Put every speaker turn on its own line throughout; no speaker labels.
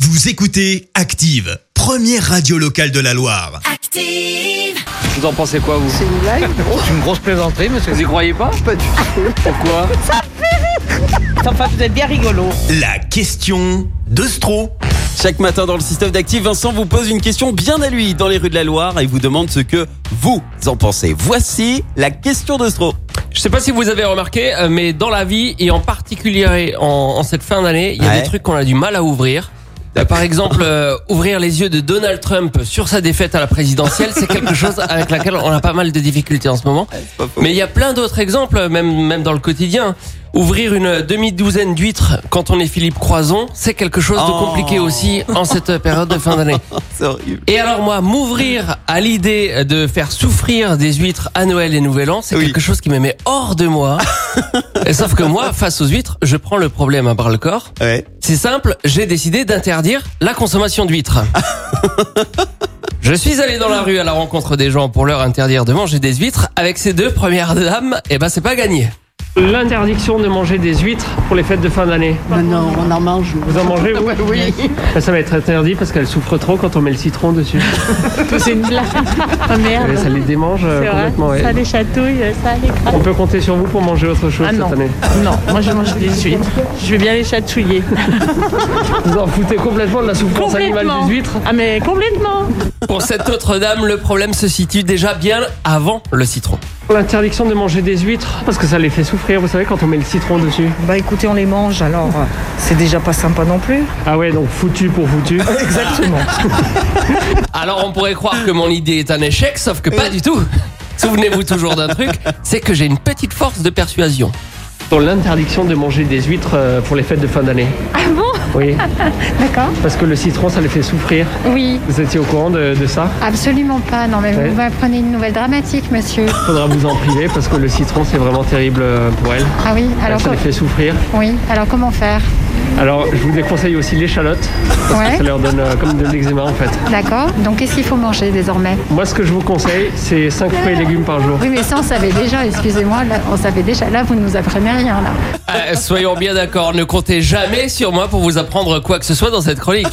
Vous écoutez Active, première radio locale de la Loire.
Active!
Vous en pensez quoi, vous
C'est une blague
C'est une grosse plaisanterie, monsieur. Vous y croyez pas
Pas du tout.
Pourquoi
Enfin, vous êtes bien rigolo.
La question de Stro.
Chaque matin dans le système d'Active, Vincent vous pose une question bien à lui dans les rues de la Loire et vous demande ce que vous en pensez. Voici la question de Stro.
Je sais pas si vous avez remarqué, euh, mais dans la vie et en particulier en, en cette fin d'année, il y a
Ouais.
des trucs qu'on a du mal à ouvrir. Euh, Par exemple, euh, ouvrir les yeux de Donald Trump sur sa défaite à la présidentielle, c'est quelque chose avec laquelle on a pas mal de difficultés en ce moment. Mais il y a plein d'autres exemples, même, même dans le quotidien. Ouvrir une demi-douzaine d'huîtres quand on est Philippe Croison, c'est quelque chose de
Oh.
compliqué aussi en cette période de fin d'année.
C'est horrible.
Et alors moi, m'ouvrir à l'idée de faire souffrir des huîtres à Noël et Nouvel An, c'est
Oui.
quelque chose qui me met hors de moi. Et Sauf que moi, face aux huîtres, je prends le problème à bras le corps.
Ouais.
C'est simple, j'ai décidé d'interdire la consommation d'huîtres. Je suis allé dans la rue à la rencontre des gens pour leur interdire de manger des huîtres. Avec ces deux premières dames, eh ben c'est pas gagné. L'interdiction de manger des huîtres pour les fêtes de fin d'année.
Maintenant, on en mange.
Vous en mangez, vous
Ouais, Oui.
Ça va être interdit parce qu'elles souffrent trop quand on met le citron dessus.
C'est une blague. Ah merde.
ça les démange euh,
C'est vrai. Ça les chatouille, ça les craque.
peut compter sur vous pour manger autre chose
Ah non. Non, moi je mange des huîtres. Je vais bien les chatouiller.
Vous en foutez complètement de la souffrance
Complètement. Ah mais complètement.
Pour cette autre dame, le problème se situe déjà bien avant le citron.
L'interdiction de manger des huîtres, parce que ça les fait souffrir, vous savez, quand on met le citron dessus.
Bah écoutez, on les mange, alors euh, c'est déjà pas sympa non plus.
Ah ouais, donc foutu pour foutu.
Alors on pourrait croire que mon idée est un échec, sauf que
Euh.
pas du tout. Souvenez-vous toujours d'un truc, c'est que j'ai une petite force de persuasion.
Dans l'interdiction de manger des huîtres euh, pour les fêtes de fin d'année.
Ah bon
Oui,
D'accord.
parce que le citron, ça les fait souffrir.
Oui,
Vous étiez au courant de, de ça
absolument pas. Non mais
Ouais.
vous m'apprenez une nouvelle dramatique, monsieur.
Faudra vous en priver, parce que le citron, c'est vraiment terrible euh, pour elles.
Ah oui, alors,
ça les
co-
fait souffrir.
oui, alors comment faire
Alors, je vous déconseille aussi l'échalote, parce
Ouais.
que ça leur donne euh, comme de l'eczéma en fait.
D'accord. Donc qu'est-ce qu'il faut manger désormais
Moi, ce que je vous conseille, c'est 5 fruits et légumes par jour.
Oui mais ça on savait déjà, excusez-moi, là, on savait déjà. Là vous ne nous apprenez rien là.
Euh, soyons bien d'accord, ne comptez jamais sur moi pour vous apprendre quoi que ce soit dans cette chronique.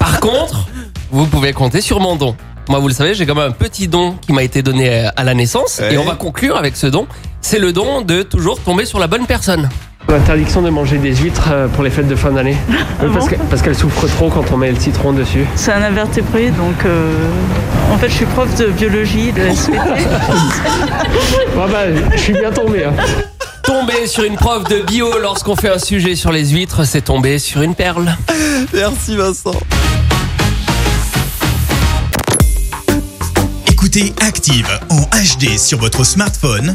Par contre, vous pouvez compter sur mon don. Moi, vous le savez, j'ai quand même un petit don qui m'a été donné euh, à la naissance.
Ouais.
Et on va conclure avec ce don. C'est le don de toujours tomber sur la bonne personne.
L'interdiction de manger des huîtres euh, pour les fêtes de fin d'année. Oui, parce que- parce qu'elles souffrent trop quand on met le citron dessus.
C'est un invertébré, donc euh, en fait je suis prof de biologie de SVT.
Ah bah, je suis bien tombé. hein.
Tomber sur une prof de bio lorsqu'on fait un sujet sur les huîtres, c'est tomber sur une perle.
Merci Vincent.
Écoutez Active en HD sur votre smartphone,